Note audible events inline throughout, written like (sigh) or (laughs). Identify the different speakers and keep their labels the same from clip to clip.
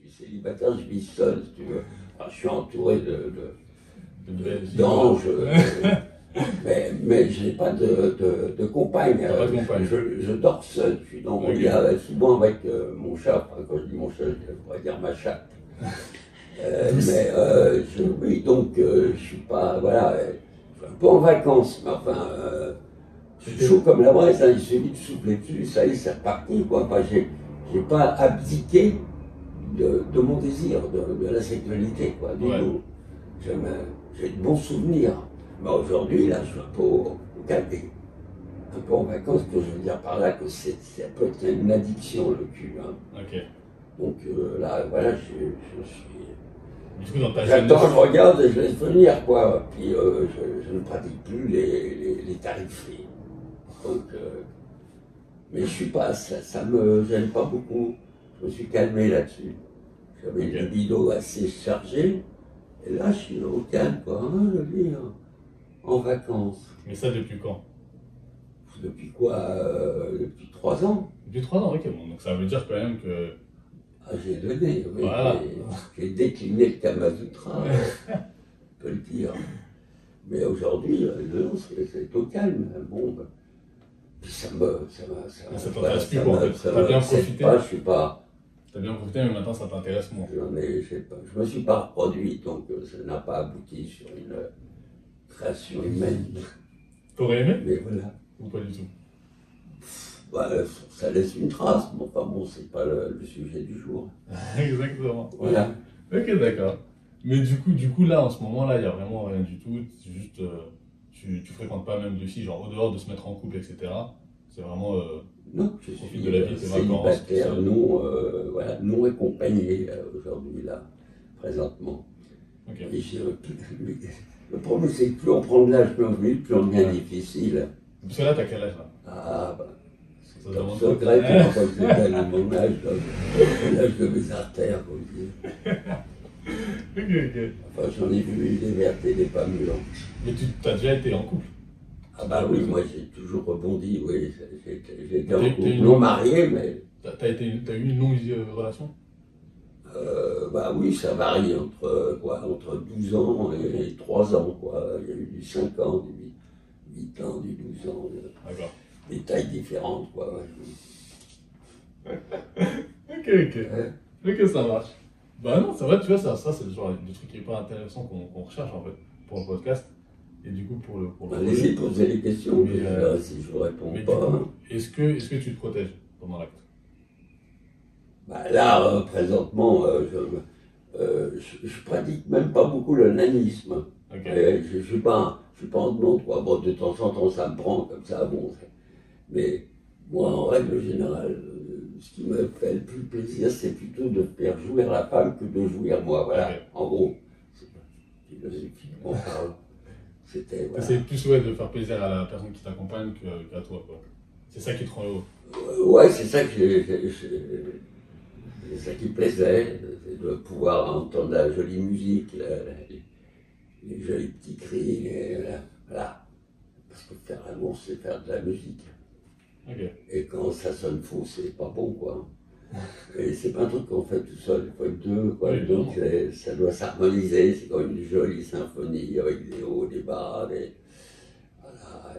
Speaker 1: suis célibataire, je vis seul, si tu veux. Alors, je suis entouré de, de- d'anges, euh, mais, mais je n'ai pas de, de- de compagne.
Speaker 2: T'as pas de
Speaker 1: euh,
Speaker 2: compagne.
Speaker 1: Je, je dors seul, je suis dans mon
Speaker 2: Ah, Ok.
Speaker 1: lit euh, souvent avec euh, mon chat. Enfin, quand je dis mon chat, je pourrais dire ma chatte. Euh, mais euh, je- oui, donc euh, je suis pas, voilà, euh, je suis un peu en vacances, mais enfin, euh, je suis chaud comme la braise, hein, il suffit de souffler dessus, ça y est, c'est reparti, quoi. Enfin, j'ai, j'ai pas abdiqué de, de mon désir, de, de la sexualité, quoi, du
Speaker 2: Ouais.
Speaker 1: tout. Je me- j'ai de bons souvenirs. Mais aujourd'hui, là, je suis un peu au au calé. Un peu en vacances, que je veux dire par là que c'est, c'est peut être une addiction, le cul, hein.
Speaker 2: Ok.
Speaker 1: Donc euh, là, voilà, je, je suis.
Speaker 2: Du coup, dans ta
Speaker 1: J'attends, je
Speaker 2: jeunesse,
Speaker 1: regarde et je laisse venir, quoi. Puis euh, je, je ne pratique plus les, les, les tarifs. Donc, euh, mais je suis pas, ça, ça me gêne pas beaucoup. Je me suis calmé là-dessus. J'avais
Speaker 2: Ok.
Speaker 1: une libido assez chargée. Et là, je suis au calme, quoi. hein, je veux dire, en vacances.
Speaker 2: mais ça depuis quand
Speaker 1: Depuis quoi euh, Depuis trois ans.
Speaker 2: Depuis 3 ans, ok, bon, donc ça veut dire quand même que.
Speaker 1: Ah, j'ai donné, oui.
Speaker 2: Voilà.
Speaker 1: J'ai j'ai décliné le Kamasutra, euh, on peut le dire. Mais aujourd'hui, euh, non, c'est c'est au calme. Bon, bah, puis ça me. Ça me. Ça me.
Speaker 2: Mais Ah, ça
Speaker 1: voilà,
Speaker 2: t'intéresse plus,
Speaker 1: ça
Speaker 2: quoi, en
Speaker 1: me-
Speaker 2: fait.
Speaker 1: ça
Speaker 2: T'as
Speaker 1: me-
Speaker 2: bien
Speaker 1: c'est
Speaker 2: profité.
Speaker 1: pas- Je suis pas.
Speaker 2: T'as bien profité, mais maintenant ça t'intéresse moins.
Speaker 1: j'en ai- j'ai pas- Je me suis pas reproduit, donc euh, ça n'a pas abouti sur une euh, création humaine.
Speaker 2: T'aurais aimé
Speaker 1: Mais voilà.
Speaker 2: Ou pas du tout (laughs)
Speaker 1: Bah, euh, ça laisse une trace. Bon, enfin bon, c'est pas le, le sujet du jour.
Speaker 2: Exactement.
Speaker 1: Voilà.
Speaker 2: Ok, d'accord. Mais du coup, du coup, là, en ce moment-là, il n'y a vraiment rien du tout. C'est Juste, euh, tu, tu fréquentes pas même de filles, genre au dehors de se mettre en couple, etc. C'est vraiment. euh,
Speaker 1: Non, je
Speaker 2: Profite
Speaker 1: suis
Speaker 2: de la vie,
Speaker 1: euh,
Speaker 2: tes vacances,
Speaker 1: célibataire,
Speaker 2: tout ça.
Speaker 1: non, euh, voilà, non accompagné euh, aujourd'hui, là, présentement.
Speaker 2: Ok.
Speaker 1: Et j'ai- (laughs) le problème, c'est que plus on prend de l'âge, plus on vit, plus on devient
Speaker 2: Ouais.
Speaker 1: difficile.
Speaker 2: Parce que là, t'as quel âge là
Speaker 1: Ah, bah, c'est
Speaker 2: Ça
Speaker 1: comme
Speaker 2: demande
Speaker 1: ça,
Speaker 2: pas.
Speaker 1: grec, quand j'étais à mon âge, là, l'âge de mes artères, vous voyez.
Speaker 2: Ok, ok.
Speaker 1: Enfin, j'en ai vu des vertes et des pas mûres.
Speaker 2: Mais tu t'as déjà été en couple
Speaker 1: Ah, bah oui, moi, j'ai toujours rebondi, oui, j'ai- j'ai- j'étais en
Speaker 2: T'es-
Speaker 1: couple,
Speaker 2: t'es-
Speaker 1: non marié, mais
Speaker 2: T'as t'as été- t'as eu une longue euh, relation
Speaker 1: Euh, bah oui, ça varie entre, euh, quoi, entre 12 ans et 3 ans. Quoi. Il y a eu du 5 ans, du 8, ans, du 12 ans, euh,
Speaker 2: D'accord.
Speaker 1: des tailles différentes. Quoi.
Speaker 2: Ok, ok.
Speaker 1: Ouais.
Speaker 2: Ok, ça marche. Bah non, c'est vrai, tu vois, ça, ça c'est le genre de truc qui est pas intéressant qu'on qu'on recherche en fait pour le podcast. Et du coup, pour le. Pour le
Speaker 1: Allez-y, posez les questions,
Speaker 2: Mais,
Speaker 1: parce que
Speaker 2: euh,
Speaker 1: là, si je vous réponds
Speaker 2: mais du
Speaker 1: pas. hein.
Speaker 2: coup, est-ce que, est que tu te protèges pendant l'acte
Speaker 1: Bah là, euh, présentement, euh, je, euh, je- je pratique même pas beaucoup le nanisme.
Speaker 2: Ok.
Speaker 1: Euh, je ne suis, pas un- je suis pas en demande, quoi. Bon, de temps en temps, ça me prend comme ça, bon. c'est- Mais moi, en règle générale, euh, ce qui me fait le plus plaisir, c'est plutôt de faire jouir la femme que de jouir moi, voilà.
Speaker 2: Ok.
Speaker 1: En gros, c'est philosophiquement parlant. C'était, voilà.
Speaker 2: C'est plus ouais, de faire plaisir à la personne qui t'accompagne que- qu'à toi. quoi. C'est ça qui te rend heureux.
Speaker 1: Euh, Ouais, c'est ça que j'ai- j'ai- j'ai- c'est ça qui me plaisait, c'est de pouvoir entendre la jolie musique, la- la- les, les jolis petits cris, les- la- voilà. Parce que faire l'amour, c'est faire de la musique.
Speaker 2: Ok.
Speaker 1: Et quand ça sonne faux, c'est pas bon, quoi. Et c'est pas un truc qu'on fait tout seul, il faut être deux, quoi.
Speaker 2: Oui,
Speaker 1: Donc c'est- ça doit s'harmoniser, c'est comme une jolie symphonie avec des hauts, des bas, des. Voilà.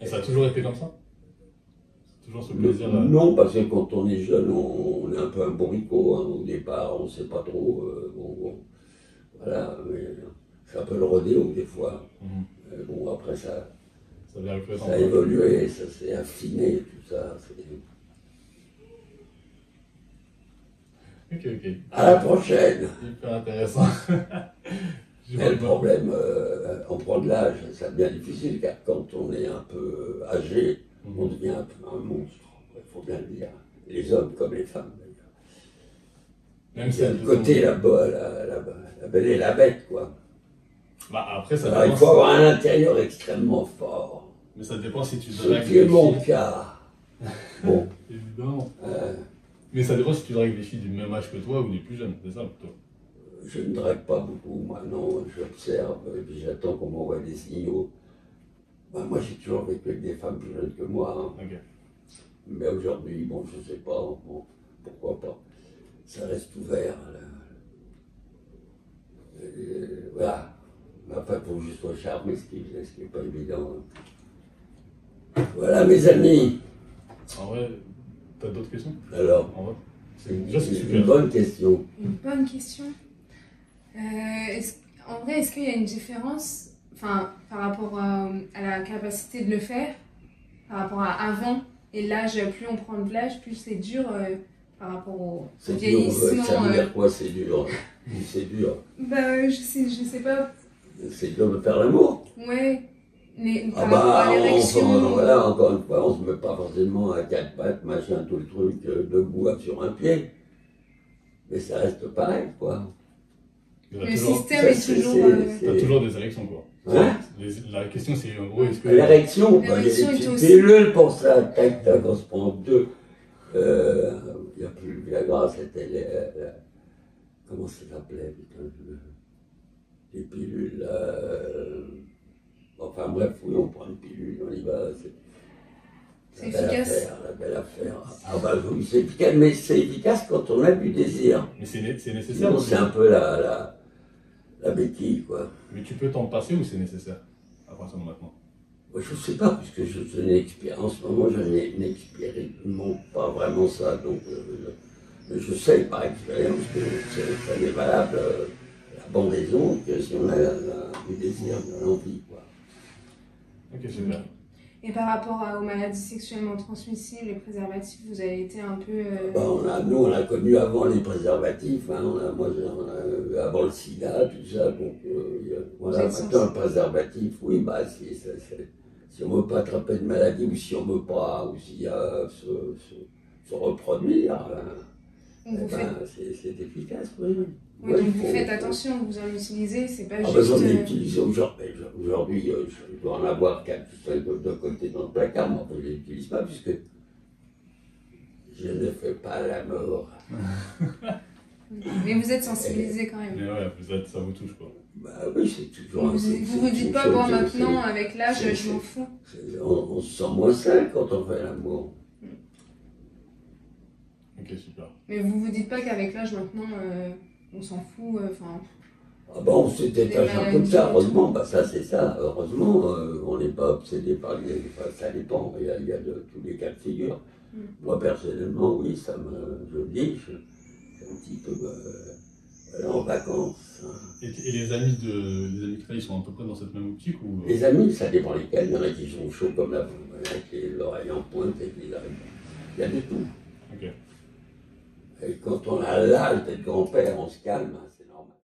Speaker 2: Et ça a toujours été comme ça Toujours ce plaisir euh, là
Speaker 1: Non, parce que quand on est jeune, on, on est un peu un bourricot hein, au départ, on ne sait pas trop. euh, bon, bon, voilà, mais c'est un peu le rodéo des fois.
Speaker 2: Mhm.
Speaker 1: Mais bon, après ça,
Speaker 2: Ça vient avec le temps.
Speaker 1: ça a évolué, ça s'est affiné, tout ça. c'est-
Speaker 2: Ok, ok.
Speaker 1: À la prochaine
Speaker 2: Hyper intéressant. (laughs) J'ai
Speaker 1: Mais
Speaker 2: pas
Speaker 1: le
Speaker 2: de-
Speaker 1: problème, euh, on prend de l'âge, ça devient difficile, car quand on est un peu euh, âgé, on
Speaker 2: Mhm.
Speaker 1: devient un peu un monstre, il faut bien le dire. Les hommes comme les femmes, d'ailleurs.
Speaker 2: Même si
Speaker 1: Il y a
Speaker 2: elle
Speaker 1: le
Speaker 2: te
Speaker 1: côté
Speaker 2: semble-
Speaker 1: là-bas, la, la, la belle et la bête, quoi.
Speaker 2: Bah, après, ça
Speaker 1: Alors, Ah, il
Speaker 2: dépend.
Speaker 1: faut avoir un intérieur extrêmement fort.
Speaker 2: Mais ça dépend si tu dragues
Speaker 1: Ce qui est
Speaker 2: des
Speaker 1: mon
Speaker 2: filles.
Speaker 1: cas. Bon,
Speaker 2: Évidemment.
Speaker 1: euh,
Speaker 2: Mais ça dépend si tu dragues des filles du même âge que toi ou des plus jeunes. C'est ça plutôt.
Speaker 1: je ne drague pas beaucoup, moi, non. J'observe, et puis j'attends qu'on m'envoie des signaux. Bah, moi, j'ai toujours vécu avec des femmes plus jeunes que moi. hein.
Speaker 2: Ok.
Speaker 1: Mais aujourd'hui, bon, je ne sais pas, bon, pourquoi pas. ça reste ouvert. là. Euh, voilà. Mais Enfin, pour juste au charme, ce qui ce qui est pas évident. hein. Voilà, mes amis.
Speaker 2: En vrai, t'as d'autres questions
Speaker 1: Alors,
Speaker 2: En vrai
Speaker 1: c'est une,
Speaker 2: Déjà, c'est
Speaker 1: c'est une
Speaker 2: super.
Speaker 1: bonne question.
Speaker 3: Une bonne question. Euh, est-ce- en vrai, est-ce qu'il y a une différence enfin, par rapport à, à la capacité de le faire, par rapport à avant et l'âge Plus on prend de l'âge, plus c'est dur euh, par rapport au
Speaker 1: C'est dur. euh, Ça
Speaker 3: vieillissement.
Speaker 1: veut
Speaker 3: euh.
Speaker 1: dire quoi C'est dur. C'est dur.
Speaker 3: Bah, euh, je sais, je sais pas.
Speaker 1: C'est dur de faire l'amour.
Speaker 3: Ouais. Mais par
Speaker 1: Ah
Speaker 3: rapport
Speaker 1: bah,
Speaker 3: à
Speaker 1: on,
Speaker 3: l'érection.
Speaker 1: on- voilà, encore une fois, on se met pas forcément à quatre pattes, machin, tout le truc, euh, debout sur un pied. Mais ça reste pareil, quoi.
Speaker 2: T'as
Speaker 3: le
Speaker 2: toujours,
Speaker 3: système
Speaker 1: Ça,
Speaker 3: est
Speaker 1: c'est-
Speaker 3: toujours.
Speaker 1: c'est-
Speaker 3: euh,
Speaker 1: c'est-
Speaker 2: t'as toujours des élections, quoi.
Speaker 1: Hein
Speaker 2: Les- la question, c'est en gros, est-ce que.
Speaker 1: L'érection, bah, il y
Speaker 3: L'érection
Speaker 1: a
Speaker 3: est
Speaker 1: des petites
Speaker 3: aussi-
Speaker 1: pilules pour ça, tac, tac, on se prend deux. Euh, Il n'y a plus le Viagra, c'était les. euh, comment ça s'appelait, putain, le- les pilules, là, euh, Enfin bref, oui, on prend une pilule, on y va, c'est. la
Speaker 3: C'est
Speaker 1: belle
Speaker 3: efficace.
Speaker 1: affaire, la belle affaire. Ah bah oui, c'est efficace, mais c'est efficace quand on a du désir.
Speaker 2: Mais c'est, né- c'est nécessaire
Speaker 1: Sinon,
Speaker 2: aussi.
Speaker 1: c'est un peu la, la, la béquille, quoi.
Speaker 2: Mais tu peux t'en passer ou c'est nécessaire à partir de maintenant
Speaker 1: Moi, Je ne sais pas, puisque je, je n'expérimente en ce moment, je n'ai- n'expérimente pas vraiment ça. Donc, euh, je, je sais par expérience que c'est- ça n'est valable euh, la bandaison que si on a la- la- du désir, de l'envie. quoi.
Speaker 2: Ok, super.
Speaker 3: Et par rapport à- aux maladies sexuellement transmissibles, les préservatifs, vous avez été un peu. euh,
Speaker 1: Ben, on a- nous, on a connu avant les préservatifs, hein, on a- moi, j'ai- on a- euh, avant le sida, tout ça. Donc, euh, y a- voilà,
Speaker 3: Vous êtes
Speaker 1: maintenant, le
Speaker 3: sensible.
Speaker 1: préservatif, oui, bah, si, ça- c'est- si on ne veut pas attraper une maladie, ou si on ne veut pas, ou s'il y a se, se- se reproduire. hein,
Speaker 3: donc vous
Speaker 1: Eh ben,
Speaker 3: faites,
Speaker 1: c'est- c'est efficace, oui. oui.
Speaker 3: ouais,
Speaker 1: Ouais,
Speaker 3: donc
Speaker 1: il
Speaker 3: vous
Speaker 1: faut-
Speaker 3: faites attention, vous en utilisez, c'est pas
Speaker 1: Ah
Speaker 3: juste.
Speaker 1: ben, j'en ai
Speaker 3: euh,
Speaker 1: utilisé aujourd'hui. Aujourd'hui, euh, je dois en avoir quatre cinq de, de côté dans le placard, mais enfin, je ne les utilise pas puisque je ne fais pas la mort.
Speaker 3: Mm. Mais vous êtes sensibilisé quand même.
Speaker 2: Mais ouais, vous êtes- ça vous touche, quoi.
Speaker 1: Bah oui, c'est toujours
Speaker 3: Vous
Speaker 1: un- c'est-
Speaker 3: vous, vous
Speaker 1: hein, c'est
Speaker 3: dites
Speaker 1: une
Speaker 3: pas,
Speaker 1: chose,
Speaker 3: bon,
Speaker 1: c'est-
Speaker 3: maintenant, avec l'âge,
Speaker 1: c'est-
Speaker 3: je m'en fous.
Speaker 1: c'est- on, on se sent moins seul quand on fait l'amour.
Speaker 2: Ok, super.
Speaker 3: Mais vous vous dites pas qu'avec l'âge, maintenant, euh, on s'en fout. euh, Enfin,
Speaker 1: Ah ben, on se détache un peu de
Speaker 3: maladies et
Speaker 1: ça,
Speaker 3: tout.
Speaker 1: heureusement, bah ça c'est ça. Heureusement, euh, on n'est pas obsédé par les. enfin, ça dépend, il y a, il y a de- tous les cas de figure.
Speaker 3: Mm.
Speaker 1: Moi personnellement, oui, ça me. Je le dis, je- c'est un petit peu. euh, voilà, en vacances. hein.
Speaker 2: Et, et les amis de les amis créés, ils sont à peu près dans cette même optique ou euh,
Speaker 1: Les amis, ça dépend lesquels. Il y en a qui sont chauds comme la poule, avec les- l'oreille en pointe et puis là, Il y a de tout.
Speaker 2: Ok.
Speaker 1: Et quand on a l'âge d'être grand-père, on se calme. hein, c'est-